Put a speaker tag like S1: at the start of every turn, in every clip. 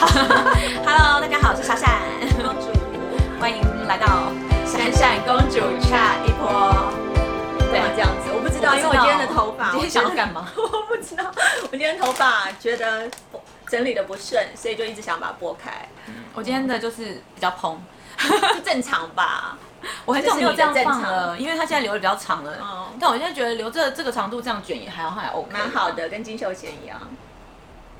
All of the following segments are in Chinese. S1: Hello，大家好，我是小闪，
S2: 公主，
S1: 欢迎来到闪闪公主 chat 一波。
S2: 对
S1: 对，啊
S2: 这样子，我不知道，
S1: 我不知道
S2: 因为我今天的头发，
S1: 今天想要干嘛？
S2: 我觉得我不知道，我今天头发觉得整理的不顺，所以就一直想把它拨开，
S1: 我今天的就是比较蓬，
S2: 就正常 吧。
S1: 我很久没有这样
S2: 这是你的
S1: 放
S2: 正
S1: 了，嗯因为它现在留的比较长了。
S2: 哦
S1: 但我现在觉得留这这个长度这样卷也还好，还 OK，
S2: 蛮好。的，跟金秀贤一样。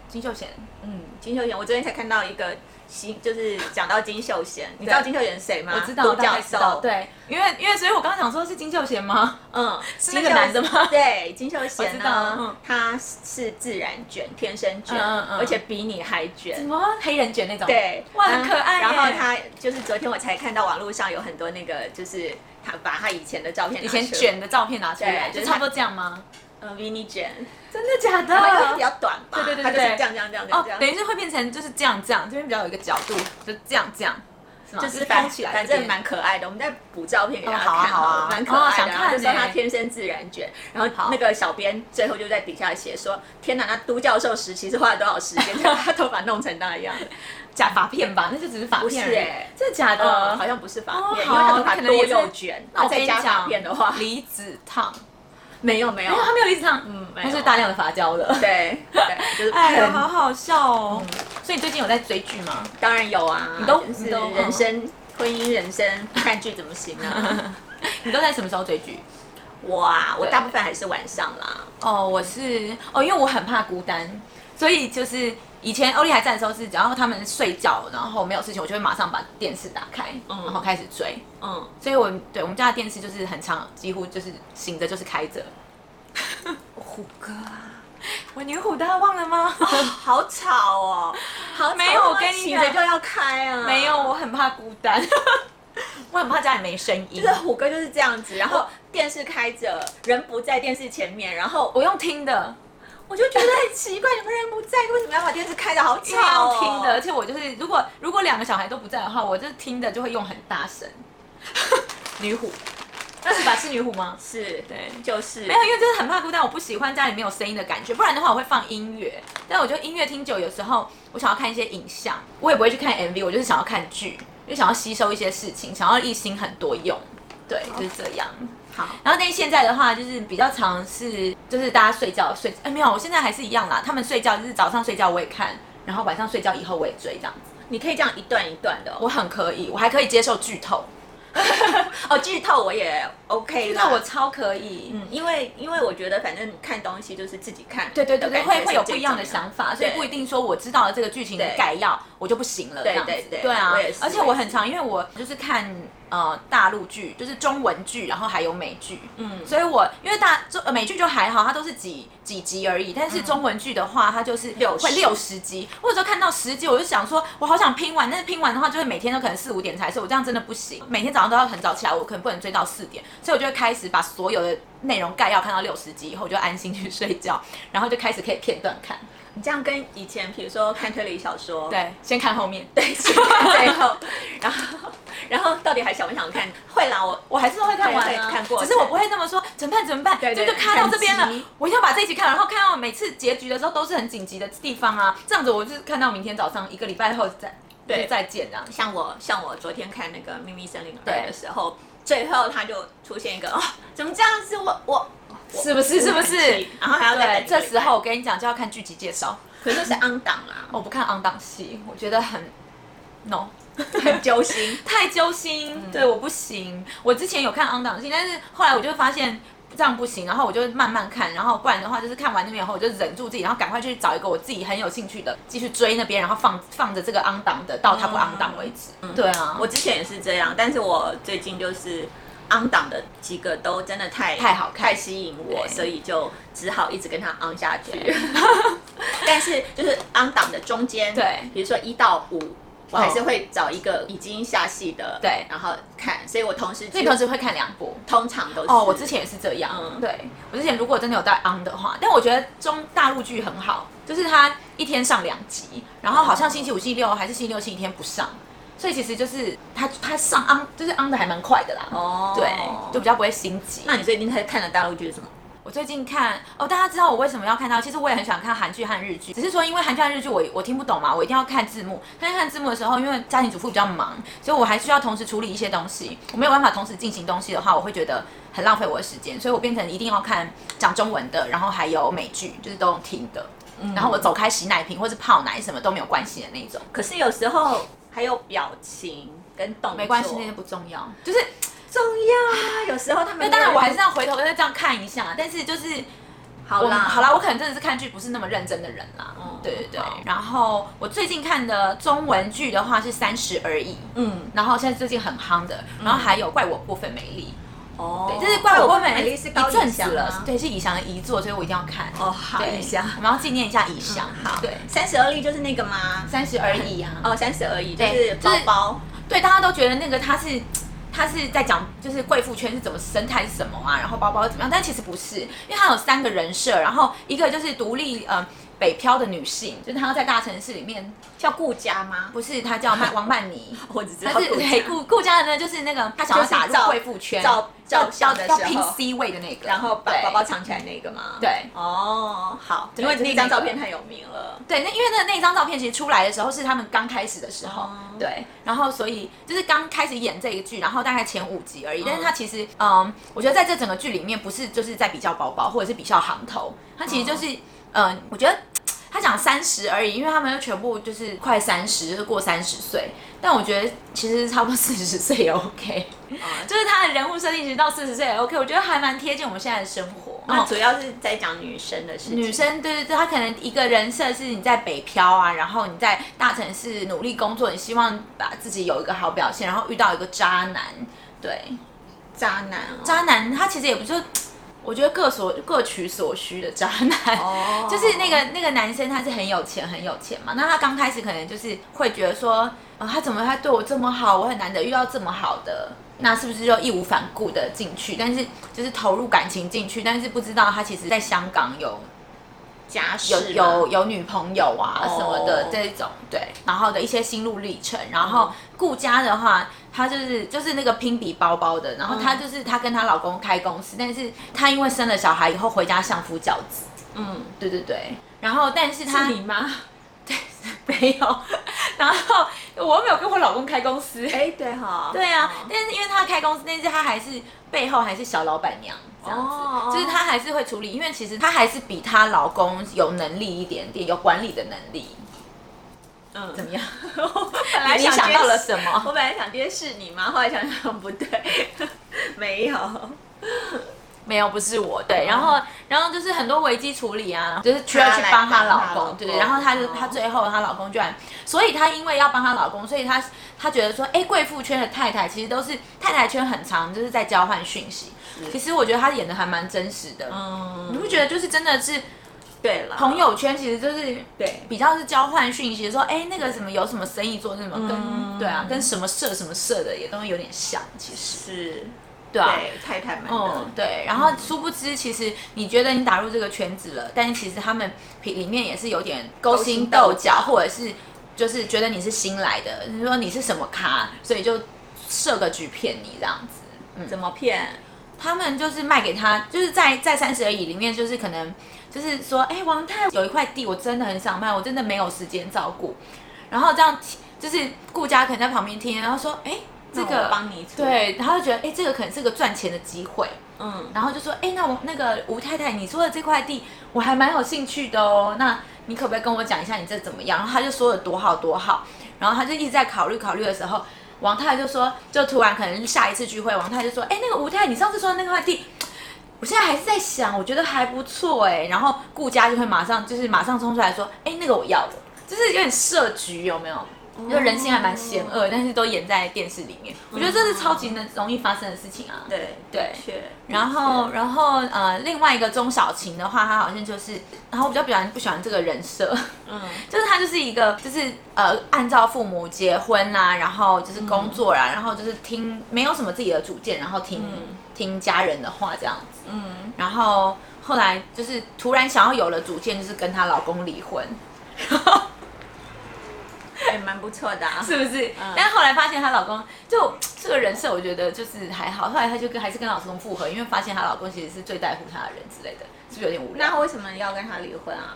S1: 金秀贤，
S2: 嗯，金秀贤，我昨天才看到一个新，就是讲到金秀贤，你知道金秀贤是谁吗？
S1: 我知道，
S2: 独
S1: 大
S2: 角
S1: 概知道。
S2: 兽。，
S1: 对，因为因为所以我刚刚想说是金秀贤吗？
S2: 嗯，
S1: 是那个男的吗
S2: 金秀对，金秀
S1: 我
S2: 贤
S1: 知道
S2: 呢
S1: 嗯，
S2: 他是自然卷，天生卷，
S1: 嗯嗯嗯
S2: 而且比你还卷
S1: 什。么黑人卷那种？
S2: 对，嗯
S1: 哇，很可爱耶。
S2: 然后他就是昨天我才看到网络上有很多那个，就是他把他以前的照片
S1: 以
S2: 拿出来，
S1: 前卷的照片拿出来，
S2: 对就
S1: 就
S2: 是
S1: 差
S2: 他
S1: 不多这样吗？啊
S2: 嗯 v i n i 卷，
S1: 真的假的
S2: 然后因为它比较短吧，
S1: 对对对对
S2: 他就是这样这样这样这
S1: 哦
S2: 样这，样，
S1: 等于是会变成就是这样这样，这边比较有一个角度，就这样这样，是吗？
S2: 就是
S1: 翻
S2: 反
S1: 起来，
S2: 反正蛮可爱的，我们再补照片给大家看
S1: 哦好啊好啊
S2: 了蛮可爱的。
S1: 哦想看
S2: 就说
S1: 呢
S2: 他天生自然卷，然
S1: 好
S2: 后那个小编最后就在底下写说：“天哪，那都教授时期是花了多少时间 才把他头发弄成那样
S1: 假发片吧，那就只是发
S2: 不是
S1: 片而已，
S2: 欸
S1: 真的假？”
S2: 呃，
S1: 的
S2: 好？像不是发
S1: 哦
S2: 片，因
S1: 好
S2: 为他头
S1: 那
S2: 发
S1: 可
S2: 多
S1: 能也是
S2: 又卷，
S1: 那
S2: 然
S1: 我
S2: 后
S1: 跟
S2: 再
S1: 你
S2: 加发
S1: 讲
S2: 片的话，
S1: 离子烫，
S2: 没有没有
S1: 因为，它没有离子烫， 嗯，
S2: 嗯，没
S1: 它
S2: 有
S1: 是大量的发胶的。
S2: 对对，就是
S1: 哎呀，
S2: 喷
S1: 好好笑哦！所以你最近有在追剧吗？
S2: 当然有啊，
S1: 你都
S2: 就是
S1: 你嗯都
S2: 人生、婚姻、人生看剧怎么行 呢？
S1: 你都在什么时候追剧？
S2: 我啊，我
S1: 对
S2: 大部分还是晚上啦。
S1: 哦，我是哦，因为我很怕孤单，所以就是以前欧丽还在的时候是，只要他们睡觉，然后没有事情，我就会马上把电视打开，
S2: 嗯
S1: 然后开始追。
S2: 嗯，
S1: 所以我对我们家的电视就是很长，几乎就是醒着就是开着。
S2: 虎哥啊，
S1: 我女虎大家忘了吗？
S2: 好吵哦，好吵
S1: 没有我跟你
S2: 醒
S1: 讲
S2: 着就要开啊，
S1: 没有，。我很怕孤单， 我很怕家里没声
S2: 这。
S1: 音
S2: 个虎哥就是这样子，然后
S1: 我
S2: 电视开着，人不在电视前面，然后
S1: 我用听的，
S2: 我就觉得很奇怪，你们人不在，为什么要把电视开着？好
S1: 因
S2: 吵
S1: 为
S2: 哦！
S1: 要听的，而且我就是如果如果两个小孩都不在的话，我就听的就会用很大 声。女 虎，那是吧？是女虎吗？
S2: 是，
S1: 对
S2: 就是
S1: 没有，因为真的很怕孤单，我不喜欢家里没有声音的感觉。不然的话，我会放音乐。但我觉得音乐听久，有时候我想要看一些影像，我也不会去看 MV，我就是想要看剧，就想要吸收一些事情，想要一心很多用。对，就是这样。
S2: 好，
S1: 然后但是现在的话，就是比较常是就是大家睡觉睡，哎没有，我现在还是一样啦。他们睡觉就是早上睡觉我也看，然后晚上睡觉以后我也追这样子。
S2: 你可以这样一段一段的、哦。
S1: 我很可以，我还可以接受剧透，
S2: 哦，剧透我也 OK
S1: 剧
S2: 啦。
S1: 透我超可以。
S2: 嗯，因为因为我觉得反正看东西就是自己看，
S1: 对对对对，
S2: 的感觉
S1: 会会有
S2: 是
S1: 不
S2: 最
S1: 一样的
S2: 重要
S1: 想法，所以
S2: 对
S1: 不一定说我知道了这个剧情的
S2: 对
S1: 概要，我就不行了这
S2: 对
S1: 样子
S2: 对。对
S1: 对啊
S2: 我也，是
S1: 而且我很常，因为我就是看呃大陆剧，就是中文剧，然后还有美剧，
S2: 嗯，
S1: 所以我因为大中呃美剧就还好，它都是几几集而已，但是中文剧的话，它就是
S2: 60
S1: 会嗯六十集，我有时候看到十集，我就想说，我好想拼完，但是拼完的话，就会每天都可能四五点才睡，我这样真的不行，每天早上都要很早起来，我可能不能追到四点，所以我就会开始把所有的内容概要看到六十集以后，我就安心去睡觉，然后就开始可以片段看，
S2: 你这样跟以前比如说看推理小说，
S1: 对，先看后面，
S2: 对，先看最后，然后然后到底还想不想看？会啦，我
S1: 我还是会看完、
S2: 对
S1: 啊，
S2: 会看过
S1: 只是我不会那么说怎么办怎么办，
S2: 对
S1: 这
S2: 对
S1: 就卡到这边了
S2: 很急，
S1: 我一定要把这一集看完，然后看到每次结局的时候都是很紧急的地方啊，这样子我就是看到明天早上一个礼拜后再
S2: 对
S1: 就再啊见这样。
S2: 像我像我昨天看那个《秘密森林二
S1: 对》
S2: 的时候，最后他就出现一个哦，怎么这样子？我我我
S1: 是不是
S2: 我
S1: 是不
S2: 很
S1: 是
S2: 气然后还要再
S1: 对，
S2: 等
S1: 这
S2: 一个
S1: 时
S2: 礼拜
S1: 候我跟你讲就要看剧集介绍，
S2: 可是是 on 档啊啦，
S1: 我不看昂档戏，我觉得很 no。
S2: 很揪心。
S1: 太揪心，对，我不行。我之前有看 on 档戏，但是后来我就发现这样不行，然后我就慢慢看，然后不然的话就是看完那边以后，我就忍住自己，然后赶快去找一个我自己很有兴趣的，继续追那边，然后放放着这个 on 档的到它不 on 档为止。对啊，
S2: 我之前也是这样，但是我最近就是。昂档的几个都真的太
S1: 太好看
S2: 太吸引我，
S1: 对
S2: 所以就只好一直跟它昂下去。 但是就是昂档的中间，
S1: 对哦
S2: 比如说一到五，我还是会找一个已经下戏的，
S1: 对
S2: 然后看。所以我同时
S1: 所以你都是会看两部。
S2: 通常都是
S1: 哦，我之前也是这样。
S2: 嗯
S1: 对我之前如果真的有带 on 的话，但我觉得中大陆剧很好，就是它一天上两集，然后好像星期五、星期六还是星期六、星期天不上，所以其实就是它它上 on 就是 on 的还蛮快的啦。
S2: 哦，
S1: 对，就比较不会心急。
S2: 那你最近在看的大陆剧是什么？
S1: 我我最近看哦，大家知道我为什么要看到？其实我也很喜欢看韩剧和日剧，只是说因为韩剧和日剧我我听不懂嘛，我一定要看字幕。但是看字幕的时候，因为家庭主妇比较忙，所以我还需要同时处理一些东西。我没有办法同时进行东西的话，我会觉得很浪费我的时间，所以我变成一定要看讲中文的，然后还有美剧，就是都用听的。嗯然后我走开洗奶瓶或是泡奶什么都没有关系的那种，
S2: 可是有时候还有表情跟动作，
S1: 没关系，那些不重要。就是
S2: 重要啊。有时候他
S1: 那
S2: 们
S1: 当然我还是要回头再这样看一下，但是就是
S2: 好
S1: 我
S2: 啦
S1: 好啦，我可能真的是看剧不是那么认真的人啦。
S2: 嗯
S1: 对对对
S2: 好。
S1: 然后我最近看的中文剧的话是《三十而已》，
S2: 嗯
S1: 然后现在最近很夯的，然后还有《怪我过分美丽》，
S2: 哦
S1: 对，这是《怪我过分美丽》
S2: 是高
S1: 一阵
S2: 以
S1: 子
S2: 翔
S1: 了
S2: 啊，。
S1: 对，是以翔的遗作，所以我一定要看。
S2: 哦好
S1: 对
S2: 以翔嗯
S1: 我们要纪念一下以翔。
S2: 好，
S1: 对，
S2: 三十而立就是那个吗？
S1: 三十而已啊。
S2: 哦，三十而已，就
S1: 对
S2: 是
S1: 就
S2: 包
S1: 是
S2: 包。
S1: 对，大家都觉得那个他是。他是在讲就是贵妇圈是怎么生态是什么啊，然后包包是怎么样，但其实不是，因为他有三个人设，然后一个就是独立呃北漂的女性，就是她要在大城市里面，
S2: 叫顾家吗？
S1: 不是 她叫曼王曼妮，
S2: 我只知
S1: 她
S2: 道
S1: 是
S2: 顾
S1: 对
S2: 家，
S1: 顾顾家的呢，就是那个她想要打入贵妇圈，
S2: 照照
S1: 要
S2: 相的
S1: 要
S2: 时
S1: 拼
S2: 候，
S1: C 位的那个，
S2: 然后把
S1: 对
S2: 包包藏起来那个吗？
S1: 对
S2: 哦，好，
S1: 对
S2: 因为
S1: 就是
S2: 那张
S1: 那个
S2: 照片太有名了。
S1: 对，那因为那那张照片其实出来的时候是他们刚开始的时候，
S2: 哦
S1: 对，然后所以就是刚开始演这个剧，然后大概前五集而已。但是他其实，嗯，我觉得在这整个剧里面，不是就是在比较包包或者是比较行头，他其实就是，嗯、我觉得。他讲三十而已，因为他们就全部就是快三十，就是过三十岁。但我觉得其实差不多四十岁也 OK，
S2: 哦
S1: 就是他的人物设定其实到四十岁也 OK，我觉得还蛮贴近我们现在的生活。
S2: 哦那主要是在讲女生的事情。
S1: 哦女生对对对，她可能一个人设是你在北漂啊，然后你在大城市努力工作，你希望把自己有一个好表现，然后遇到一个渣男，对，
S2: 渣男哦，
S1: 渣男他其实也不是，我觉得各所各取所需的渣男。
S2: 哦
S1: 就是那个那个男生，他是很有钱，很有钱嘛。那他刚开始可能就是会觉得说，呃，他怎么他对我这么好，我很难得遇到这么好的，那是不是就义无反顾的进去？但是就是投入感情进去，但是不知道他其实在香港有
S2: 家事
S1: 有
S2: 吗
S1: 有有女朋友啊
S2: 哦
S1: 什么的这种，对，然后的一些心路历程。然后顾佳的话，她就是就是那个拼比包包的，然后她就是她跟她老公开公司，但是她因为生了小孩以后回家相夫教子，
S2: 嗯，
S1: 对对对。然后但是她
S2: 吗？
S1: 没有，然后我又没有跟我老公开公司，
S2: 哎，对哈，
S1: 对啊，
S2: 哦
S1: 但是因为她开公司，但是她还是背后还是小老板娘这样子，
S2: 哦
S1: 就是她还是会处理，因为其实她还是比她老公有能力一点点，有管理的能力。
S2: 嗯，
S1: 怎
S2: 怎
S1: 么 样？
S2: 么？本来
S1: 你你
S2: 想
S1: 想
S2: 接
S1: 到了什么
S2: 我本来想爹是你吗？后来想想不对，没有。
S1: 没有，不是我。
S2: 嗯
S1: 对，然后然后就是很多危机处理啊，就是需要去帮
S2: 她来帮她
S1: 她老
S2: 老
S1: 公，
S2: 公
S1: 对对。然后她就
S2: 哦
S1: 她最后她老公居然，所以她因为要帮她老公，所以她她觉得说，哎，贵妇圈的太太其实都是太太圈很长，就是在交换讯息。其实我觉得她演的还蛮真实的，
S2: 嗯，
S1: 你不觉得就是真的是
S2: 对了，
S1: 朋友圈其实就是。
S2: 对
S1: 比较是交换讯息，说哎、那个什么有什么生意做，那什么跟、
S2: 嗯
S1: 对啊，跟什么社什么社的也都有点像，其实
S2: 是，
S1: 对啊，
S2: 对，太太们的
S1: 嗯，对。然后殊不知，其实你觉得你打入这个圈子了，但是其实他们里里面也是有点勾心斗角，或者是就是觉得你是新来的，你说你是什么咖，所以就设个局骗你这样子。嗯，
S2: 怎么骗？
S1: 他们就是卖给他，就是在在三十而已里面，就是可能就是说，哎、王太有一块地，我真的很想卖，我真的没有时间照顾。然后这样就是顾家可能在旁边听，然后说，哎、这
S2: 那
S1: 个
S2: 我帮你处理，
S1: 对，他就觉得，哎、这个可能是个赚钱的机会。
S2: 嗯，
S1: 然后就说，哎，那我那个吴太太，你说的这块地我还蛮有兴趣的哦，那你可不可以跟我讲一下你这怎么样？然后他就说的多好多好，然后他就一直在考虑考虑的时候，王太太就说，就突然可能下一次聚会，王太太就说，哎，那个吴太太，你上次说的那块地。我现在还是在想，我觉得还不错哎、然后顾家就会马上就是马上冲出来说，哎、那个我要了，就是有点设局有没有？就人性还蛮险恶，但是都演在电视里面，我觉得这是超级能容易发生的事情啊。
S2: 对
S1: 对
S2: 的确的
S1: 然后，
S2: 确
S1: 然后呃，另外一个钟小琴的话，她好像就是，然后我比较比较不喜欢这个人设，
S2: 嗯，
S1: 就是她就是一个就是呃，按照父母结婚啦、然后就是工作啦、然后就是听没有什么自己的主见，然后听、
S2: 嗯
S1: 听家人的话这样子，
S2: 嗯，
S1: 然后后来就是突然想要有了主见，就是跟她老公离婚，
S2: 也蛮不错的啊。
S1: 是不是？
S2: 嗯
S1: 但后来发现她老公就这个人设我觉得就是还好。后来她就跟还是跟老公复合，因为发现她老公其实是最在乎她的人之类的，是不是有点无聊？
S2: 那为什么要跟他离婚啊？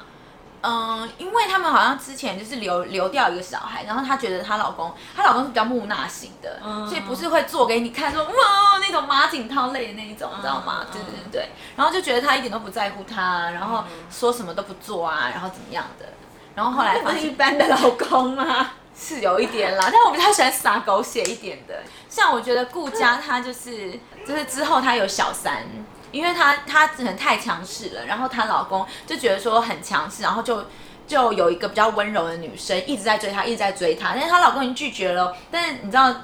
S1: 嗯，因为他们好像之前就是留留掉一个小孩，然后她觉得她老公，她老公是比较木讷型的，
S2: 嗯
S1: 所以不是会做给你看说哇那种马景涛类的那一种，你知道
S2: 嗯
S1: 吗？对对对对，然后就觉得他一点都不在乎她，然后说什么都不做啊，然后怎么样的，然后后来
S2: 嗯那
S1: 发
S2: 不是一
S1: 现
S2: 般的老公吗？
S1: 是有一点啦，但我比较喜欢撒狗血一点的，像我觉得顾佳她就是就是之后她有小三。因为她她可能太强势了，然后她老公就觉得说很强势，然后就就有一个比较温柔的女生一直在追她，一直在追她，但是她老公已经拒绝了，但是你知道，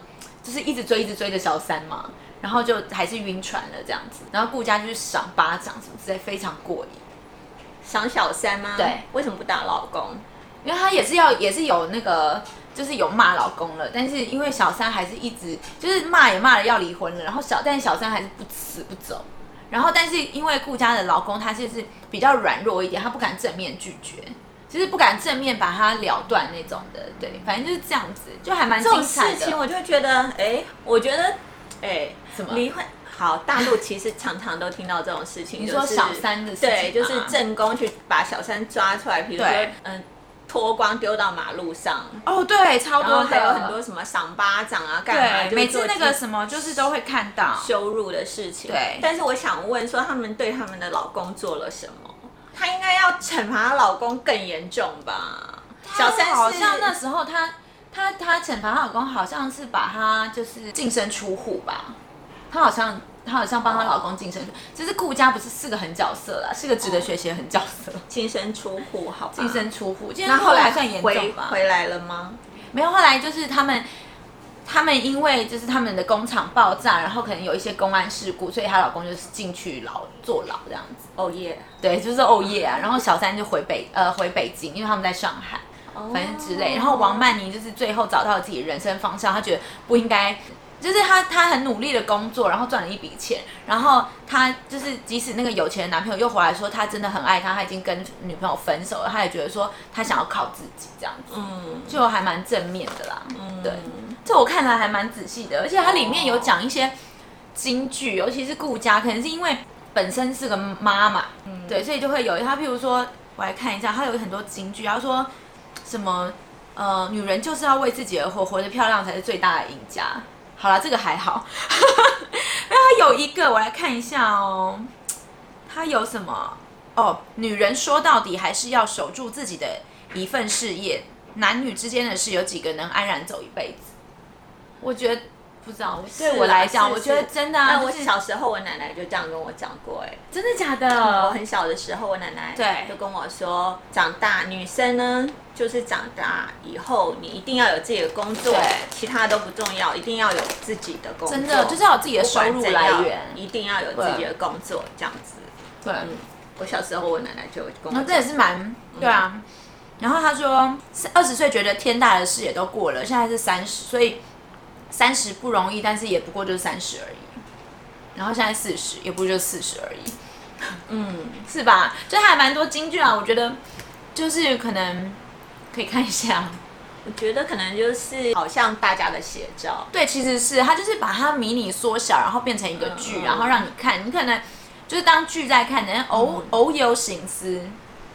S1: 就是一直追一直追的小三嘛，然后就还是晕船了这样子，然后顾佳就是赏巴掌什么之类，非常过瘾，
S2: 想 小三吗？
S1: 对，
S2: 为什么不打老公？
S1: 因为她也是要也是有那个就是有骂老公了，但是因为小三还是一直就是骂也骂了要离婚了，然后小但是小三还是不死不走，然后但是因为顾佳的老公他就是比较软弱一点，他不敢正面拒绝。就是不敢正面把他了断那种的，对，反正就是这样子，就还蛮
S2: 这种
S1: 精彩
S2: 事
S1: 的。
S2: 情我就觉得，哎、我觉得，哎、
S1: 什么
S2: 离婚？好，大陆其实常常都听到这种事情，
S1: 你
S2: 就是
S1: 说小三的事
S2: 对，
S1: 情
S2: 就是
S1: 吗
S2: 正宫去把小三抓出来，比如说
S1: 对，
S2: 嗯，脱光丢到马路上，
S1: 哦，对，超
S2: 然后
S1: 多
S2: 还有
S1: 的
S2: 很多什么赏巴掌啊，干嘛？
S1: 对，
S2: 就是
S1: 每次
S2: 做
S1: 那
S2: 这
S1: 个什么就是都会看到，
S2: 羞辱的事情。
S1: 对
S2: 但是我想问说，他们对他们的老公做了什么？她应该要惩罚她老公更严重吧？小三是
S1: 好像那时候她她她惩罚她老公，好像是把她就是净身出户吧，她好像。她好像帮她老公净身出，就是顾家不是是个狠角色啦，是个值得学习的狠角色，
S2: 净身出户，好吧？
S1: 净身出户。
S2: 哦那
S1: 那
S2: 后
S1: 后
S2: 来
S1: 来算严
S2: 回
S1: 重吧？
S2: 回来了吗？
S1: 没有，后来就是他们，他们因为就是他们的工厂爆炸，然后可能有一些公安事故，所以她老公就是进去牢坐牢这样子。
S2: 哦耶，
S1: 对，就是哦耶啊，然后小三就回北呃回北京，因为他们在上海，反正之类。然后王曼妮就是最后找到了自己人生方向，她觉得不应该，就是她她很努力的工作，然后赚了一笔钱，然后她就是即使那个有钱的男朋友又回来说他真的很爱她，他已经跟女朋友分手了，他也觉得说他想要靠自己这样子，
S2: 嗯
S1: 就还蛮正面的啦。
S2: 嗯
S1: 对，这我看来还蛮仔细的，而且它里面有讲一些金句，尤其是顾家，可能是因为本身是个妈妈，对，所以就会有他，譬如说，我来看一下，他有很多金句，他说什么呃，女人就是要为自己而活，活得漂亮才是最大的赢家。好啦，这个还好， 然后他有一个我来看一下哦，他有什么？哦，女人说到底还是要守住自己的一份事业，男女之间的事有几个能安然走一辈子？我觉得不知道，
S2: 是啊
S1: 对我来讲，
S2: 是
S1: 我觉得
S2: 是
S1: 真的、啊，
S2: 那我
S1: 就是
S2: 小时候，我奶奶就这样跟我讲过、哎。
S1: 真的假
S2: 我
S1: 的？
S2: 很小的时候，我奶奶
S1: 对
S2: 就跟我说，长大女生呢，就是长大以后你一定要有自己的工作
S1: 对，
S2: 其他都不重要，一定要有自己的工作，
S1: 真的就是要有自己的
S2: 不管
S1: 收入
S2: 怎样
S1: 来源嗯
S2: 一定要有自己的工作，这样子。
S1: 对，
S2: 我小时候，我奶奶就跟
S1: 然
S2: 我
S1: 后这也
S2: 讲，
S1: 是蛮对啊。然后他说，二十岁觉得天大的事也都过了，现在是三十，所以三十不容易，但是也不过就是三十而已。然后现在四十，也不过就四十而已，
S2: 嗯，
S1: 是吧？就还蛮多金句啊，我觉得就是可能可以看一下。
S2: 我觉得可能就是好像大家的写照，
S1: 对，其实是它就是把它迷你缩小，然后变成一个剧，
S2: 嗯嗯
S1: 然后让你看，你可能就是当剧在看，然后偶、偶有醒思。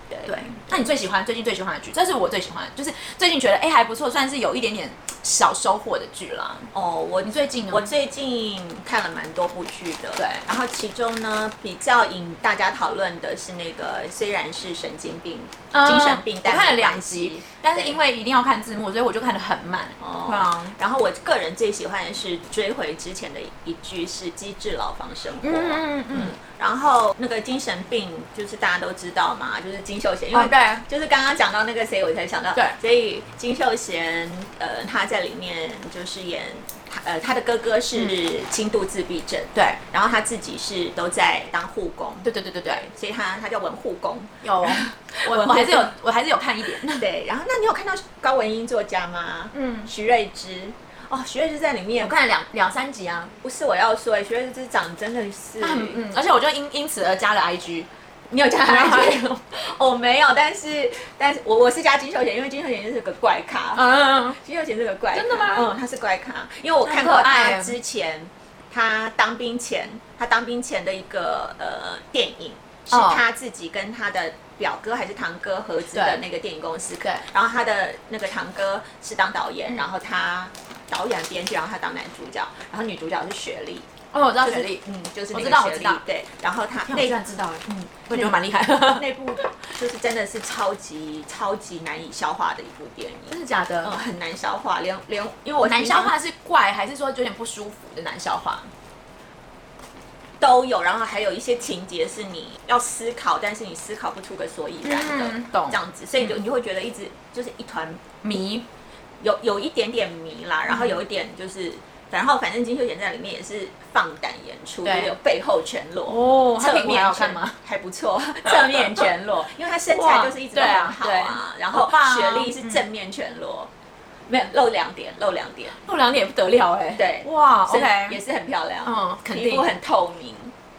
S2: 对
S1: 对，那你最喜欢最近最喜欢的剧？这是我最喜欢的，就是最近觉得哎、还不错，算是有一点点小收获的剧啦。
S2: 哦，我
S1: 你最近呢
S2: 我最近看了蛮多部剧的，
S1: 对
S2: 然后其中呢，比较引大家讨论的是那个，虽然是神经病、
S1: 嗯
S2: 精神病，
S1: 我
S2: 但
S1: 看了
S2: 没
S1: 两
S2: 关系
S1: 集，但是因为一定要看字幕，所以我就看得很慢。
S2: 哦
S1: 对啊，
S2: 然后我个人最喜欢的是追回之前的一句是“机智牢房生活”。
S1: 嗯嗯嗯嗯，
S2: 然后那个精神病就是大家都知道嘛，就是金秀贤，因为、
S1: 哦对
S2: 就是刚刚讲到那个谁，我才想到，
S1: 对
S2: 所以金秀贤呃他在里面就是演他呃他的哥哥是轻度自闭症，
S1: 对
S2: 然后他自己是都在当护工，
S1: 对对对对对，
S2: 所以他他叫文护工。
S1: 有我我还是有我还是有看一点。
S2: 对，然后那你有看到高文英作家吗？
S1: 嗯
S2: 徐瑞芝。哦，徐瑞芝在里面
S1: 我，看了两两三集啊，
S2: 不是我要说，徐瑞芝长真的是，
S1: 嗯嗯嗯，而且我就因因此而加了 IG。
S2: 你有加
S1: 然后
S2: 他
S1: 还有
S2: 我哦没有，但是但是我我是加金秀贤，因为金秀贤是个怪咖，
S1: 嗯，
S2: 金秀贤是个怪咖，
S1: 真的吗
S2: 嗯，他是怪咖，因为我看过
S1: 很可爱啊
S2: 他
S1: 耶
S2: 之前他当兵前，他当兵前的一个呃电影，是
S1: 哦
S2: 他自己跟他的表哥还是堂哥合资
S1: 对
S2: 的那个电影公司，
S1: 对嗯
S2: 然后他的那个堂哥是当导演，然后他导演编剧，然后他当男主角，然后女主角是雪莉，
S1: 哦，我知道
S2: 就是
S1: 雪莉，
S2: 嗯，就是
S1: 我
S2: 那
S1: 知
S2: 个
S1: 道我
S2: 雪
S1: 知
S2: 莉
S1: 道，
S2: 对，然后他
S1: 天啊我
S2: 那
S1: 居然知道了，嗯，我觉
S2: 那
S1: 得蛮厉害，
S2: 那部就是真的是超级超级难以消化的一部电影，
S1: 真的假
S2: 嗯，
S1: 的？哦
S2: 很难消化，连连因为我
S1: 难
S2: 平常
S1: 消化是怪，还是说有点不舒服的难消化？
S2: 都有，然后还有一些情节是你要思考，但是你思考不出个所以然的，
S1: 嗯懂
S2: 这样子，所以你就你会觉得一直就是一团
S1: 迷，
S2: 有有一点点迷啦，
S1: 嗯
S2: 然后有一点就是。然后，反正金秀贤在里面也是放胆演出，就
S1: 对
S2: 是有背后全裸
S1: 哦他
S2: 侧
S1: 屁股还
S2: 面
S1: 好看
S2: 全
S1: 吗？
S2: 还不错， 侧面全 裸，因为他身材就是一直都
S1: 哇对
S2: 很
S1: 啊
S2: 好
S1: 对
S2: 啊。然
S1: 好
S2: 后
S1: 棒啊嗯
S2: 雪莉是正面全裸，没有露两点，露两点，
S1: 露两点也不得了哎，
S2: 对
S1: 哇
S2: 身材
S1: ，OK，
S2: 也是很漂亮，
S1: 嗯肯定
S2: 皮肤很透明，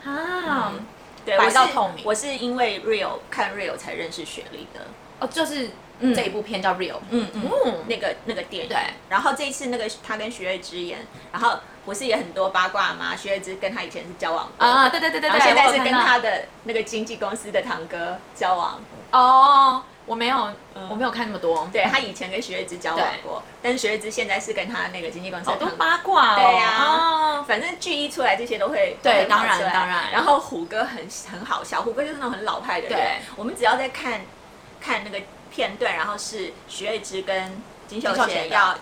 S1: 啊，
S2: 嗯对，
S1: 白
S2: 我是
S1: 到透明
S2: 我是因为 real 看 real 才认识雪莉的，
S1: 哦，就是
S2: 嗯
S1: 这一部片叫 Real，
S2: 嗯嗯
S1: 嗯，
S2: 那个那个电影。
S1: 对
S2: 然后这一次那个他跟徐睿之演，然后不是也很多八卦吗？徐睿之跟他以前是交往过
S1: 啊，对对对对
S2: 然后
S1: 对，
S2: 现在
S1: 我有
S2: 是
S1: 看
S2: 跟
S1: 到
S2: 他的那个经纪公司的堂哥交往。
S1: 哦，我没有，
S2: 嗯
S1: 我没有看那么多，
S2: 对他以前跟徐睿之交往过，但是徐睿之现在是跟他那个经纪公司
S1: 好
S2: 的
S1: 多
S2: 堂哥。
S1: 八卦哦，
S2: 对呀
S1: 哦
S2: 反正剧一出来，这些都会
S1: 对
S2: 都会跑
S1: 当然
S2: 出来
S1: 当然
S2: 然后虎哥很很好笑，虎哥就是那种很老派的人。
S1: 对，
S2: 我们只要在看看那个片段，然后是徐睿之跟金秀
S1: 金秀
S2: 贤
S1: 贤的
S2: 要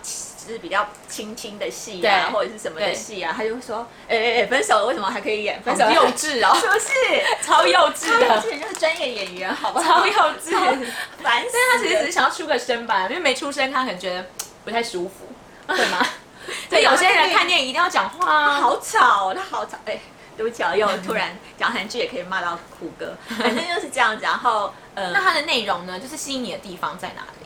S2: 就是比较亲亲的戏啊，
S1: 对
S2: 或者是什么的
S1: 对
S2: 戏啊，他就会说：“哎哎哎，分手了为什么还可以演？分
S1: 好
S2: 手了
S1: 幼稚哦，
S2: 是不是？
S1: 超幼稚
S2: 他们
S1: 的，
S2: 这就是专业演员，好不好？
S1: 超幼稚。
S2: 烦死了！
S1: 但他其实只是想要出个声吧，因为没出声，他可能觉得不太舒服，对吗？对，有些人看电影一定要讲话
S2: 他
S1: 啊。
S2: 好吵哦，他好吵。哎、对不起啊，又突然讲韩剧也可以骂到虎哥，反正就是这样子。然后，呃
S1: 那，它的内容呢，就是吸引你的地方在哪里？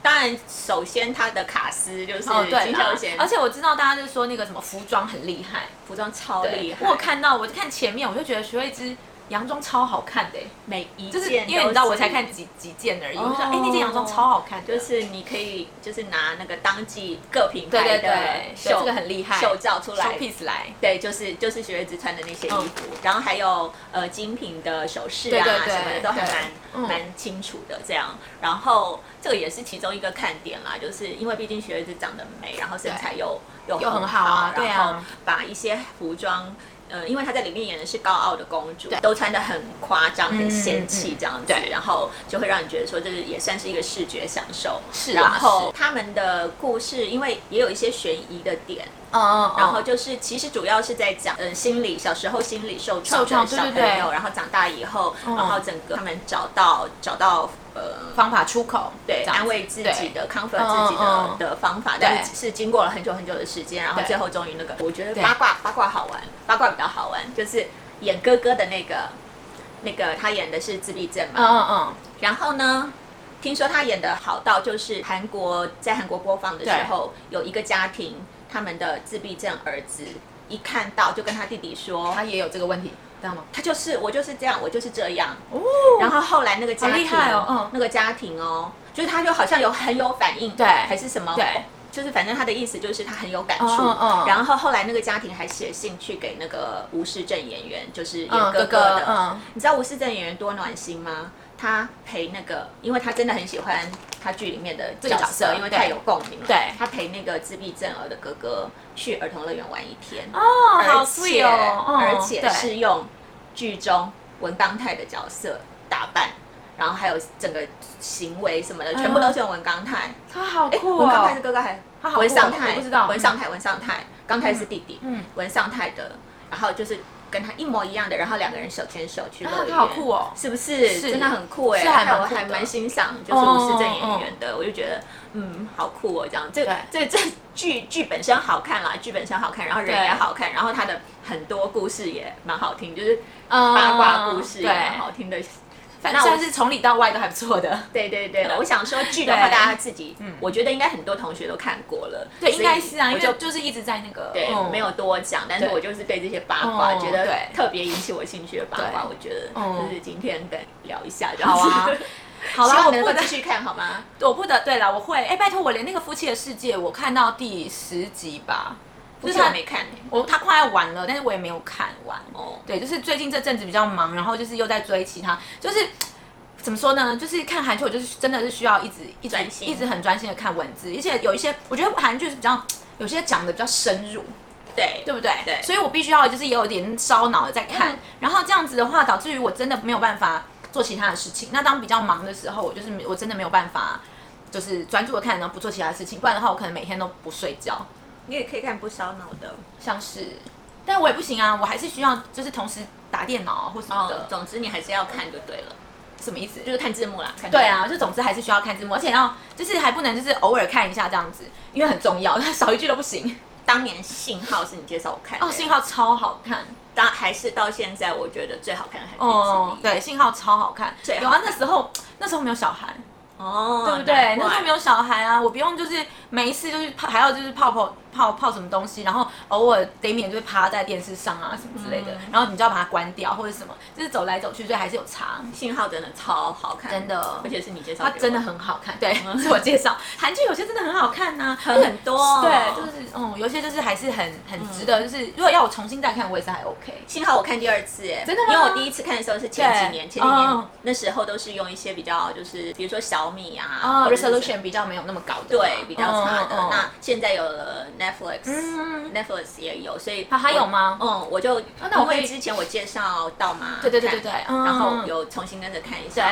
S2: 当然，首先他的卡斯就是金
S1: 哦啦
S2: 秀贤，
S1: 而且我知道大家就说那个什么服装很厉害，
S2: 服装超厉
S1: 对，
S2: 害，
S1: 我有看到，我看前面我就觉得徐慧芝洋装超好看的欸、
S2: 每一件
S1: 就是
S2: 都
S1: 因为你知道我才看，几几件而已，我就说
S2: 哦
S1: 哎、那件洋装超好看的，
S2: 就是你可以就是拿那个当季各品
S1: 对
S2: 牌
S1: 对
S2: 的
S1: 对，
S2: 秀
S1: 秀这个很厉害，
S2: 秀照出来
S1: show。piece 来，
S2: 对，就是就是学子穿的那些衣服，
S1: 嗯
S2: 然后还有呃精品的首饰
S1: 对
S2: 啊
S1: 对对
S2: 什么的，都还蛮、
S1: 嗯
S2: 蛮清楚的这样。然后这个也是其中一个看点啦，就是因为毕竟学子长得美，然后身材又又
S1: 又
S2: 很
S1: 很好啊对
S2: 然
S1: 啊
S2: 后把一些服装。呃，因为她在里面演的是高傲的公主，都穿的很夸张、很仙气这样子，
S1: 对
S2: 然后就会让你觉得说，这是也算是一个视觉享受。
S1: 是啊
S2: 然后他们的故事，因为也有一些悬疑的点，
S1: 嗯嗯，
S2: 然后就是其实主要是在讲，嗯，心理小时候心理受创
S1: 受
S2: 的
S1: 创
S2: 小
S1: 对
S2: 朋友，
S1: 对对
S2: 然后长大以后，
S1: 嗯
S2: 然后整个他们找到找到呃。
S1: 方法出口，
S2: 对，
S1: 这样子
S2: 安慰自己
S1: 对
S2: 的、康复自己的
S1: 嗯嗯
S2: 的方法，
S1: 对
S2: 但是是经过了很久很久的时间，然后
S1: 对
S2: 最后终于那个，我觉得
S1: 对
S2: 八卦八卦好玩，八卦比较好玩，就是演哥哥的那个，那个他演的是自闭症嘛，
S1: 嗯嗯嗯，
S2: 然后呢，听说他演的好到就是韩国在韩国播放的时候，有一个家庭他们的自闭症儿子一看到就跟他弟弟说
S1: 他，也有这个问题，知道吗？
S2: 他就是我就是这样，我就是这样。
S1: 哦，
S2: 然后后来那个家
S1: 好厉
S2: 庭，
S1: 害哦嗯
S2: 那个家庭哦，就是他就好像有很有反应，
S1: 对
S2: 还是什么，
S1: 对。
S2: 就是反正他的意思就是他很有感触，
S1: 嗯嗯嗯
S2: 然后后来那个家庭还写信去给那个吴世正演员，就是演
S1: 嗯，
S2: 哥
S1: 哥
S2: 哥的，
S1: 嗯，
S2: 你知道吴世正演员多暖心吗？他陪那个，因为他真的很喜欢他剧里面的
S1: 这个
S2: 角
S1: 角
S2: 色，
S1: 色
S2: 因为太有共鸣了。
S1: 对
S2: 他陪那个自闭症儿的哥哥去儿童乐园玩一天，
S1: 哦，
S2: 而且
S1: 好 sweet 哦，嗯
S2: 而且
S1: 对
S2: 是用剧中文刚泰的角色打扮，然后还有整个行为什么的，
S1: 嗯
S2: 全部都是用文刚泰。
S1: 他好
S2: 诶
S1: 酷
S2: 文哎刚泰
S1: 哦
S2: 是，哥哥还
S1: 他好酷哦
S2: 文上泰
S1: 我不知道
S2: 文上泰文上泰，刚泰是弟弟，
S1: 嗯，
S2: 文上泰的，然后就是跟他一模一样的，然后两个人手牵手去乐
S1: 啊
S2: 园，
S1: 他好酷哦，
S2: 是不是？
S1: 是
S2: 真的很酷哎、
S1: 是啊还蛮
S2: 害我
S1: 酷
S2: 还
S1: 的
S2: 蛮欣赏，就是
S1: 哦
S2: 吴世正演员的，我就觉得嗯，好酷哦，这样这
S1: 对
S2: 这这剧剧本身好看啦，剧本身好看，然后人
S1: 对
S2: 也好看，然后他的很多故事也蛮好听，就是
S1: 嗯
S2: 八卦故事也
S1: 啊对，
S2: 蛮好听的。
S1: 反
S2: 那我
S1: 正是从里到外都还不错的。
S2: 对对 对，我想说剧的话，
S1: 对
S2: 大家自己，我觉得应该很多同学都看过了，
S1: 对，
S2: 所
S1: 应
S2: 以
S1: 该是啊，
S2: 我
S1: 因为
S2: 就
S1: 就就是一直在那个
S2: 对
S1: 嗯
S2: 没有多讲，但是
S1: 对
S2: 我就是对这些八卦
S1: 嗯
S2: 觉得
S1: 对
S2: 特别引起我兴趣的八卦，
S1: 对
S2: 我觉得
S1: 嗯
S2: 就是今天跟你聊一下这样子。。
S1: 好啊好
S2: 希
S1: 啦，
S2: 望
S1: 我
S2: 能
S1: 不
S2: 够
S1: 得
S2: 继，续看好吗？
S1: 我不得，对啦，我会。哎，拜托，我连那个《夫妻的世界》我看到第十集吧，
S2: 不
S1: 就是是
S2: 我
S1: 他
S2: 没看欸
S1: 我他快要完了，但是我也没有看完。
S2: 哦，
S1: 对，就是最近这阵子比较忙，然后就是又在追其他，就是怎么说呢？就是看韩剧，我就是真的是需要一直一直
S2: 专心
S1: 一直很专心的看文字，而且有一些我觉得韩剧是比较有些讲的比较深入，
S2: 对
S1: 对不对？
S2: 对
S1: 所以我必须要就是也有点烧脑的在看，
S2: 嗯
S1: 然后这样子的话，导致于我真的没有办法做其他的事情。那当比较忙的时候，我就是我真的没有办法。就是专注的看，然后不做其他事情，不然的话，我可能每天都不睡觉。
S2: 你也可以看不烧脑的
S1: 像是，但我也不行啊，我还是需要就是同时打电脑啊或什么的。
S2: 哦。总之你还是要看就对了，
S1: 什么意思？就
S2: 就是看字幕啦。看字幕
S1: 对，啊，就总之还是需要看字幕，而且要就是还不能就是偶尔看一下这样子，因为很重要，少一句都不行。
S2: 当年信号是你介绍我看的
S1: 哦，信号超好看
S2: 当还是到现在我觉得最好看的韩剧
S1: 哦
S2: 之，一。
S1: 对，信号超好看
S2: 最。好
S1: 有啊，那时候那时候没有小孩，
S2: 哦，
S1: 对不对？那时候没
S2: 有
S1: 有小孩啊，我不用就是没事就是泡，还要就是泡泡泡泡什么东西，然后偶尔得免就是趴在电视上啊什么之类
S2: 嗯
S1: 的，然后你就要把它关掉或者什么，就是走来走去，所以还是有差。
S2: 信号真的超好看，
S1: 真的
S2: 而且是你介绍
S1: 它
S2: 给我，
S1: 真的很好看，对， 自我介绍。韩剧有些真的很好看呐、
S2: 嗯很很多哦
S1: 对，就是嗯，有些就是还是很很值得，就是如果要我重新再看，我也是还 OK。
S2: 幸好我看第二次，哎，
S1: 真的吗
S2: 因为我第一次看的时候是前几年，
S1: 对
S2: 前几年
S1: 嗯
S2: 那时候都是用一些比较就是比如说小米啊
S1: 啊
S2: 或者是
S1: ，resolution 比较没有那么高的嘛，
S2: 对比较差的。
S1: 嗯嗯嗯
S2: 那现在有了 Netflix，
S1: 嗯
S2: Netflix 也有，所以
S1: 它还有吗
S2: 我嗯，我就
S1: 那我
S2: 因为
S1: 会
S2: 之前我介绍到嘛，
S1: 对对对
S2: 看
S1: 对对嗯
S2: 然后有重新跟着看一下，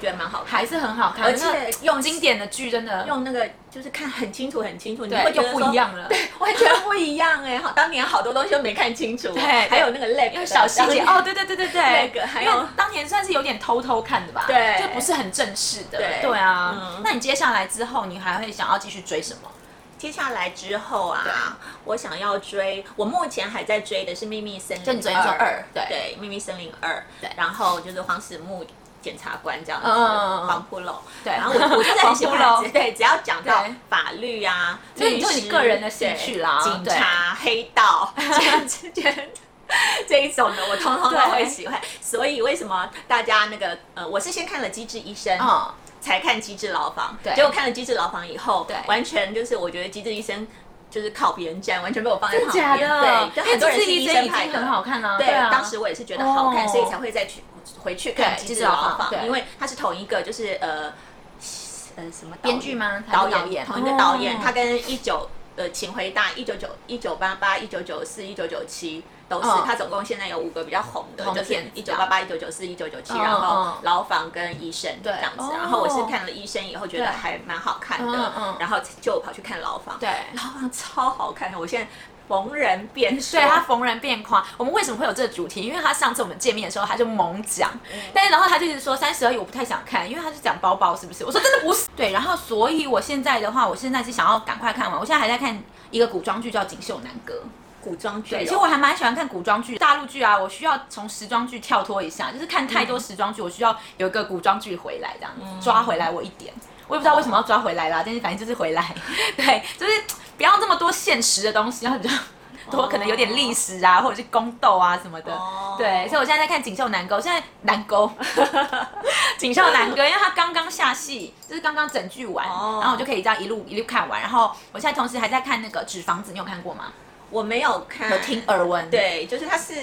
S1: 对，
S2: 觉得蛮好看
S1: 还
S2: 的，
S1: 是很好看，
S2: 而且用
S1: 经典的剧真的
S2: 用那个就是看很清楚很清楚，你会
S1: 对
S2: 觉
S1: 就
S2: 得
S1: 不
S2: 说
S1: 一。样了，
S2: 对，完全不一样哎、好，当年好多东西都没看清楚，对
S1: 对
S2: 还有那个 leg
S1: 因
S2: 的
S1: 为小细节
S2: 当
S1: 哦，
S2: 年
S1: 对对对对
S2: 那
S1: 对，
S2: 个还
S1: 因为
S2: 有
S1: 当年算是有点偷偷看的吧，
S2: 对
S1: 就不是很正式的，
S2: 对
S1: 对啊
S2: 嗯。
S1: 那你接下来之后，你还会想要继续追什么？
S2: 接下来之后啊，我想要追，我目前还在追的是《秘密森林》，
S1: 就你昨天说二
S2: 对
S1: 对
S2: 秘密森林二》，
S1: 对
S2: 然后就是黄始木检察官这样子，
S1: 嗯嗯嗯嗯
S2: 黄浦楼，
S1: 对
S2: 然后我我就是很喜
S1: 黄浦
S2: 欢，
S1: 楼
S2: 对，只要讲到
S1: 对
S2: 法律啊，
S1: 所以你
S2: 律
S1: 就
S2: 师
S1: 你个人的兴趣啦
S2: 对警察、黑道 这样子，这样这一种的，我通通都
S1: 对
S2: 会喜欢。所以为什么大家那个呃，我是先看了《机智医生》
S1: 嗯，
S2: 才看《机智牢房》，
S1: 对
S2: 结果看了《机智牢房》以后，
S1: 对
S2: 完全就是我觉得《机智医生》就是靠别人站，完全被我放在旁边，
S1: 假的，
S2: 对，就
S1: 因为
S2: 很多人是
S1: 这是
S2: 医
S1: 医
S2: 生
S1: 生已
S2: 拍
S1: 经
S2: 的，
S1: 很好看啦，
S2: 对，
S1: 啊，
S2: 当时我也是觉得好看，
S1: 哦
S2: 所以才会再去回去看《
S1: 对
S2: 机智
S1: 机智牢
S2: 牢
S1: 房
S2: 房》，
S1: 对
S2: 因为它是同一个，就是呃呃什么导演
S1: 编剧吗
S2: 导
S1: 还是导
S2: 演，
S1: 演
S2: 同一个导演，
S1: 哦
S2: 他跟一九呃，请回答一九九一九八八一九九四一九九七。都是
S1: 嗯，
S2: 他总共现在有五个比较红的，
S1: 红
S2: 就
S1: 的
S2: 是
S1: 片
S2: 一
S1: 子
S2: 九八八、一九九四、一九九七，
S1: 嗯
S2: 然后
S1: 嗯
S2: 牢房跟医生这
S1: 对
S2: 样子。
S1: 哦
S2: 然后我是看了医生以后觉得
S1: 对
S2: 还蛮好看
S1: 嗯
S2: 的
S1: 嗯，
S2: 然后就跑去看牢房。
S1: 对
S2: 牢房超好看的，我现在逢人便说。
S1: 对他逢人便夸。我们为什么会有这个主题？因为他上次我们见面的时候，他就猛讲，但是然后他就一直说三十而已，我不太想看，因为他是讲包包，是不是？我说真的不是。 对，然后所以我现在的话，我现在是想要赶快看完。我现在还在看一个古装剧叫《锦绣南歌》。
S2: 古装剧哦，
S1: 对，其实我还蛮喜欢看古装剧、大陆剧啊。我需要从时装剧跳脱一下，就是看太多时装剧，我需要有一个古装剧回来，这样子、抓回来我一点。我也不知道为什么要抓回来啦，但是反正就是回来。对，就是不要这么多现实的东西，然后比较多可能有点历史啊，或者是宫斗啊什么的。
S2: 哦
S1: 对，所以我现在在看《锦绣南歌》，我现在南沟， 锦绣南歌，因为它刚刚下戏，就是刚刚整剧完，
S2: 哦
S1: 然后我就可以这样一路一路看完。然后我现在同时还在看那个《纸房子》，你有看过吗？
S2: 我没有看，
S1: 有听耳闻。。
S2: 对，就是它是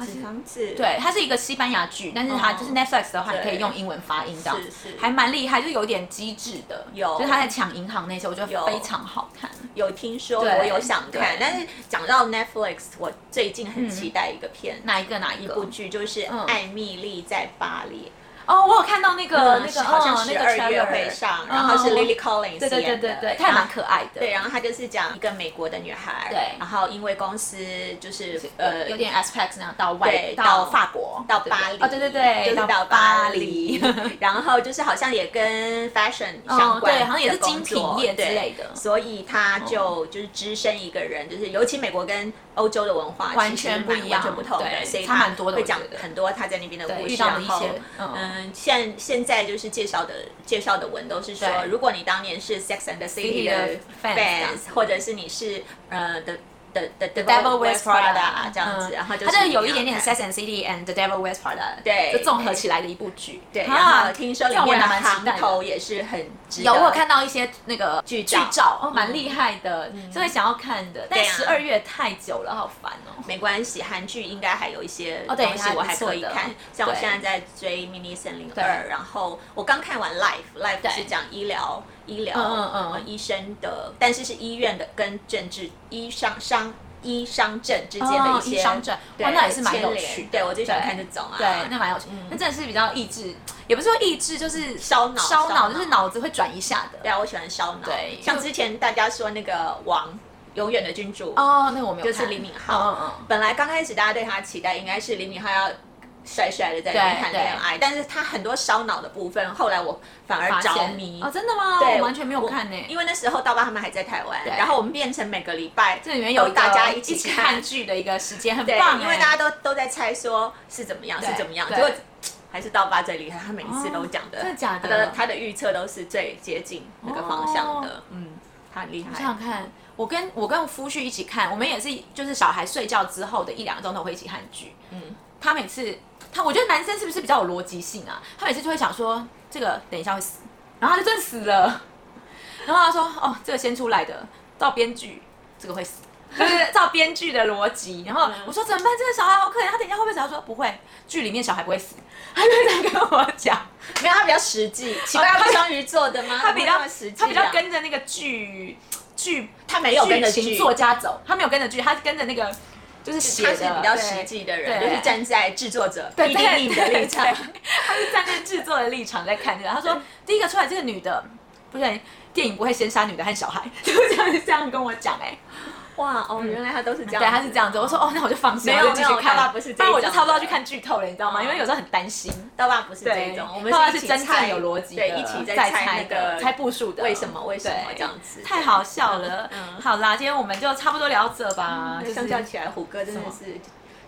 S1: 是
S2: 纸房子，
S1: 对，它是一个西班牙剧，但是它就是
S2: 哦
S1: Netflix 的话，
S2: 对
S1: 你可以用英文发音这样子，
S2: 是是
S1: 还蛮厉害，就是有点机智的，
S2: 有
S1: 就是他在抢银行那些，我觉
S2: 有
S1: 得非常好看。
S2: 有听说，
S1: 对
S2: 我有想看
S1: 对，
S2: 但是讲到 Netflix，我最近很期待一个片，
S1: 哪一个哪一
S2: 一
S1: 个
S2: 部？剧就是《
S1: 嗯
S2: 艾蜜莉在巴黎》，
S1: 哦，我有看到那个
S2: 嗯
S1: 那个，
S2: 好像
S1: 哦
S2: 十
S1: 那个
S2: 二月
S1: trailer
S2: 会上，然后是
S1: 嗯
S2: Lily Collins
S1: 对对对
S2: 演
S1: 对
S2: 的，
S1: 对，她
S2: 然
S1: 还
S2: 后
S1: 蛮可爱的，
S2: 对，然后她就是讲一个美国的女孩，
S1: 对
S2: 然后因为公司就是呃
S1: 呃，有点 aspect 那样到
S2: 对
S1: 外
S2: 到
S1: 到法国
S2: 到巴黎
S1: 哦对对对，
S2: 就是到巴
S1: 巴
S2: 黎
S1: 黎，
S2: 然后就是好像也跟 fashion
S1: 哦
S2: 相关、
S1: 对好像也是精品业之类的哦
S2: 所以他就就是只身一个人，就是尤其美国跟欧洲的文化
S1: 完
S2: 其实
S1: 全不
S2: 蛮
S1: 一
S2: 完
S1: 样
S2: 全不同的，
S1: 对
S2: 所以
S1: 差
S2: 他
S1: 蛮多的
S2: 会
S1: 我
S2: 讲
S1: 觉得
S2: 很多他在那边的
S1: 对
S2: 故事，
S1: 遇到的一
S2: 然后
S1: 些嗯
S2: 嗯、们现现在就是介绍的介绍的文都是说，
S1: 对
S2: 如果你当年是 Sex and the City
S1: City 的
S2: 的
S1: fans，这样
S2: fans，或者是你是呃的的的 The
S1: Devil Wears Prada
S2: 啊
S1: 嗯
S2: 这样子，然后就是
S1: 它就有
S2: 你
S1: 一
S2: 要
S1: 点点
S2: 看
S1: Sex and City and The Devil Wears Prada，
S2: 对
S1: 就综合起来的一部剧。
S2: 对，
S1: 啊
S2: 然后听说里
S1: 这样我
S2: 面
S1: 也
S2: 的
S1: 蛮期待
S2: 行
S1: 的
S2: 头也是很值
S1: 有
S2: 得
S1: 我有看到一些那个
S2: 剧
S1: 剧
S2: 照嗯
S1: 照，哦，蛮厉害的，所以想要看的。但
S2: 对啊
S1: 十二月太久了，好烦哦。
S2: 没关系，韩剧应该还有一些
S1: 哦
S2: 东
S1: 对
S2: 西我还可以
S1: 还
S2: 看
S1: 不错的。
S2: 像我
S1: 对
S2: 现在在追《迷 i 森林
S1: 对
S2: 二》，然后我刚看完《Life》，《Life
S1: 对》
S2: 是讲医疗、医疗、
S1: 嗯嗯嗯
S2: 呃医生的，但是是医院的跟政治医伤伤医伤症之间的
S1: 哦
S2: 一些
S1: 医商战
S2: 对
S1: 哇那也是蛮有
S2: 牵连
S1: 趣的
S2: 对我最喜欢
S1: 对
S2: 看这种啊。
S1: 对，那蛮有趣。那真的是比较益智，也不是说益智，就是
S2: 烧脑
S1: 烧
S2: 烧
S1: 脑，
S2: 脑
S1: 就是脑子会转一下
S2: 对
S1: 的。
S2: 啊，我喜欢烧脑。
S1: 对
S2: 像
S1: 就
S2: 之前大家说那个王永远的君主
S1: 哦，那个我没有
S2: 就
S1: 看，
S2: 是李敏镐。
S1: 嗯嗯嗯，
S2: 本来刚开始大家对他的期待应该是李敏镐要帅帅的在那边
S1: 对
S2: 谈
S1: 对
S2: 恋爱，但是他很多烧脑的部分，后来我反而
S1: 发现
S2: 着迷。
S1: 哦，真的吗？
S2: 对
S1: 我完全没有
S2: 我
S1: 看呢。
S2: 因为那时候刀疤他们还在台湾，
S1: 对
S2: 然后我们变成每个礼拜
S1: 这里面有一
S2: 都
S1: 个
S2: 哦大家一
S1: 一
S2: 起
S1: 起
S2: 看
S1: 看剧的一个时间，很
S2: 对
S1: 棒，哎欸
S2: 因为大家都都在猜说是怎么样，
S1: 对
S2: 是怎么样，
S1: 对
S2: 结果还是刀疤最厉害，他每一次都
S1: 哦
S2: 讲的，
S1: 真的假
S2: 他
S1: 的
S2: 的他的预测都是最接近那个方向的，嗯，他很厉
S1: 我想
S2: 害。
S1: 想看，我跟我跟夫婿一起看，我们也是就是小孩睡觉之后的一两个钟头会一起看剧。
S2: 嗯
S1: 嗯，他每次他，我觉得男生是不是比较有逻辑性啊？他每次就会想说这个等一下会死，然后他就真死了。然后他说哦，这个先出来的，照编剧这个会死。就是 照编剧的逻辑，然后
S2: 嗯
S1: 我说怎么办？这个小孩好可怜，他等一下会不会死？他说不会，剧里面小孩不会死。他就这样跟我讲，
S2: 没有，他比较实际，奇怪，
S1: 哦
S2: 他
S1: 他
S2: 不是双鱼座的吗？
S1: 他比
S2: 怎
S1: 较
S2: 么那么实际啊，
S1: 他比较跟着那个剧剧
S2: 他没有跟着
S1: 剧情
S2: 剧
S1: 作家走，他没有跟着剧，他跟着那个就是写
S2: 他
S1: 的
S2: 是比较实际的人，
S1: 对
S2: 就是站在制作者
S1: 对
S2: 一定你的立场，
S1: 对对他是站在制作的立场在看这个。他说第一个出来这个女的，不然电影不会先杀女的和小孩， 就这样这样跟我讲哎、
S2: 哇哦，原来他都是这样，
S1: 对，他是这。样子。我说哦，那我就放心，
S2: 没有
S1: 我就继续
S2: 没有他爸
S1: 看，
S2: 不是这
S1: 不然我就
S2: 种
S1: 差不多
S2: 的哦
S1: 要去看剧透了，你知道吗？因为有时候很担心。
S2: 刀爸不是这种，我们
S1: 后来
S2: 一
S1: 是
S2: 起
S1: 真
S2: 猜
S1: 正有逻辑的，
S2: 对，一起在
S1: 在
S2: 猜那
S1: 的，
S2: 个
S1: 猜步数的，
S2: 为什么为什么
S1: 对
S2: 这样子，
S1: 太好笑 了。
S2: 嗯
S1: 好啦，今天我们就差不多聊这吧。就
S2: 对。
S1: 是
S2: 相较起来，虎哥真的
S1: 什么
S2: 是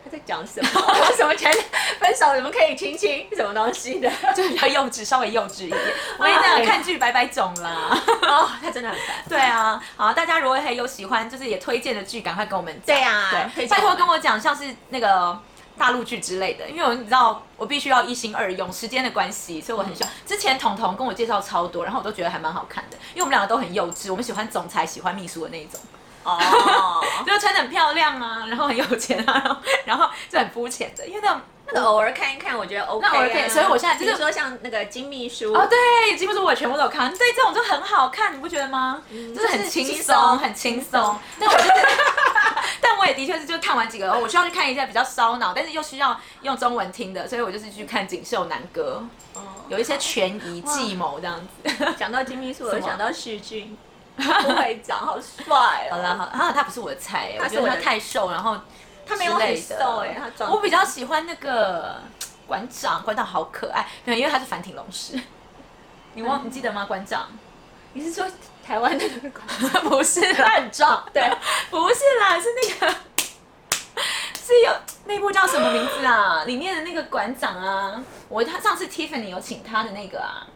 S2: 他在讲什么？ 什么前分手怎么可以亲亲？什么东西的？
S1: 就比较幼稚，稍微幼稚 一点。我也这样看剧百百种啦。
S2: 哦，他真的很烦。
S1: 对啊， 好，大家如果还有喜欢，就是也推荐的剧，赶快跟我们讲。
S2: 对啊推
S1: 对，
S2: 荐
S1: 拜
S2: 我们
S1: 托跟我讲，像是那个。大陆剧之类的，因为我你知道，我必须要一心二用，时间的关系，所以我很喜欢。之前彤彤跟我介绍超多，然后我都觉得还蛮好看的，因为我们两个都很幼稚，我们喜欢总裁，喜欢秘书的那一种，
S2: 哦，
S1: 就穿的很漂亮啊，然后很有钱啊，然后然后就很肤浅的，因为那种
S2: 那个偶尔看一看，我觉得 OK 啊。
S1: 那偶尔可以所以我现在就是
S2: 比如说像那个金秘书
S1: 哦，对，几乎是我全部都有看，对，这种就很好看，你不觉得吗？就是很
S2: 嗯就是
S1: 轻
S2: 轻松
S1: 松，很轻松。 但我就是，但我也的确是就看完几个，哦我需要去看一下比较烧脑，但是又需要用中文听的，所以我就是去看《锦绣南歌
S2: 哦》，
S1: 有一些权宜计谋这样子。
S2: 讲到金秘书，我
S1: 什
S2: 就
S1: 么
S2: 想到世 俊，不会长，好帅哦。
S1: 好啦，好，啊，他不是我的菜，
S2: 他
S1: 我
S2: 是
S1: 觉得
S2: 我
S1: 他
S2: 的
S1: 太瘦，然后
S2: 他没
S1: 之
S2: 有很
S1: 类的
S2: 瘦哎，他长
S1: 我比较喜欢那个馆长，馆长好可爱，没有，因为他是反町隆史。你忘你记得吗？馆长
S2: 你是说台湾的那个馆长？
S1: 不是啦，
S2: 他很 壮，对，
S1: 不是啦，是那个是有那部叫什么名字啊？里面的那个馆长啊，我他上次 Tiffany 有请他的那个啊，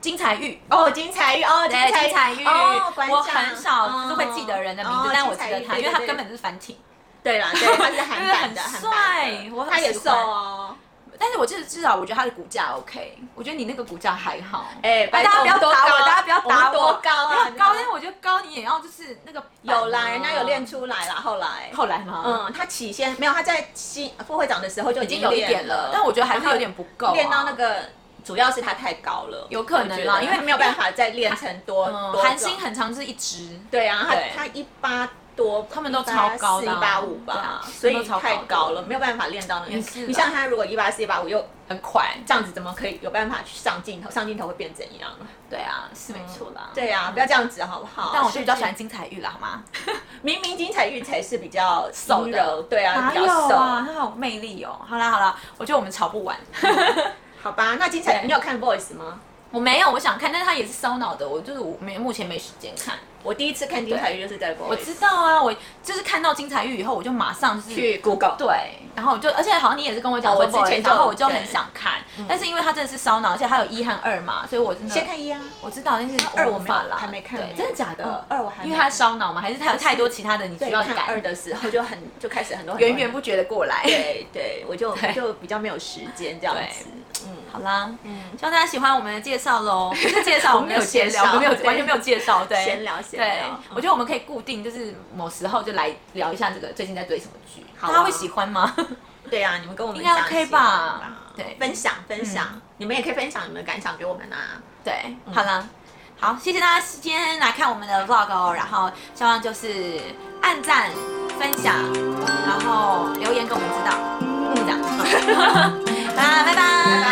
S1: 金彩玉。
S2: 哦，金彩玉，哦，
S1: 对，
S2: 彩
S1: 金彩玉，
S2: 哦，馆长
S1: 我很少就是会记得人的名字，
S2: 哦
S1: 但我记得他，因为他根
S2: 金彩玉
S1: 本就是繁体，
S2: 对对对对啦， 对，他是韩版的，
S1: 因为很
S2: 韩版的
S1: 帅我很
S2: 他也
S1: 喜
S2: 瘦
S1: 欢
S2: 哦。
S1: 但是我就是至少我觉得他的骨架 OK，我觉得你那个骨架还好。
S2: 哎
S1: 大家不要打我，大家不要打我，
S2: 多高
S1: 没有
S2: 啊？
S1: 很高，但是我觉得高你也要就是那个
S2: 有啦，人家有练
S1: 出
S2: 出来啦，后来，
S1: 后来吗？
S2: 嗯，他起先没有，他在新副会长的时候就
S1: 已经有一
S2: 练
S1: 点了，但我觉得还是有点不够啊、
S2: 练到那个，主要是他太高了，
S1: 有可能啦
S2: 我觉得
S1: 因为
S2: 他没有办法再练成多
S1: 嗯，
S2: 多
S1: 韩
S2: 种
S1: 星很常是一直，
S2: 对啊，他
S1: 对
S2: 他一八多，
S1: 他们都超高
S2: 一
S1: 的啊
S2: 八五
S1: 对
S2: 吧
S1: 啊，
S2: 所
S1: 他
S2: 以
S1: 们都超高
S2: 太
S1: 的
S2: 高了，没有办法练到那个。
S1: 也是啊
S2: 你像他如果一八四、一八五又
S1: 很快，
S2: 这样子，怎么可以有办法去上镜头？上镜头会变怎样？
S1: 对啊，是没错啦。
S2: 对啊，不要这样子好不好？
S1: 但我就比较喜
S2: 是
S1: 欢金彩玉了，好吗？
S2: 不是，明明金彩玉才是比较
S1: 瘦
S2: 阴
S1: 的
S2: 柔，对啊，
S1: 哪
S2: 比较
S1: 有啊，
S2: 瘦。
S1: 她好有魅力哦。好啦好啦，我觉得我们吵不完。
S2: 好吧，那金彩
S1: 对
S2: 你有看 Voice 吗？
S1: 我没有，我想看，但是她也是烧脑的，我就是我没目前没时间看。
S2: 我第一次看金彩玉就是在 Boys，
S1: 我知道啊，我就是看到金彩玉以后，我就马上就是
S2: 去 Google，
S1: 对，然后我就，而且好像你也是嗯跟我讲
S2: 哦
S1: 说
S2: 我
S1: Boys，
S2: 之前就
S1: 然后我就很
S2: 对
S1: 想看，但是因为它真的是烧脑，而且它有一和二嘛，所以我真的
S2: 先看一啊，
S1: 我知道，但是
S2: 二
S1: 无
S2: 我没有
S1: 法啦，
S2: 还没看
S1: 对
S2: 呢
S1: 真的假的
S2: 嗯？二我还没
S1: 因为它烧脑嘛，还是它有太多其他的你需
S2: 对，
S1: 要
S2: 看二
S1: 改，
S2: 的时候就很就开始很多很多
S1: 源源不绝的过来。
S2: 对对，我就
S1: 对
S2: 就比较没有时间这样子，嗯。
S1: 好啦，
S2: 嗯
S1: 希望大家喜欢我们的介 绍喽。不是介绍，我们没有
S2: 闲
S1: 闲聊，
S2: 聊
S1: 我们没有
S2: 对
S1: 完全没有介绍，对，
S2: 闲聊闲
S1: 对
S2: 聊，
S1: 我觉得我们可以固定，就是某时候就来聊一下这个最近在追什么剧，
S2: 好
S1: 大
S2: 啊
S1: 家会喜欢吗？
S2: 对啊，你们跟我们
S1: 应该
S2: 讲
S1: OK
S2: 一些吧
S1: 吧对嗯
S2: 分享分享、你们也可以分享你们的感想给我们啊。
S1: 对，好啦，好，谢谢大家今天来看我们的 vlog 哦，然后希望就是按赞、分享， 然后留言给我们知道，嗯，这样，好啦，拜拜
S2: 拜拜。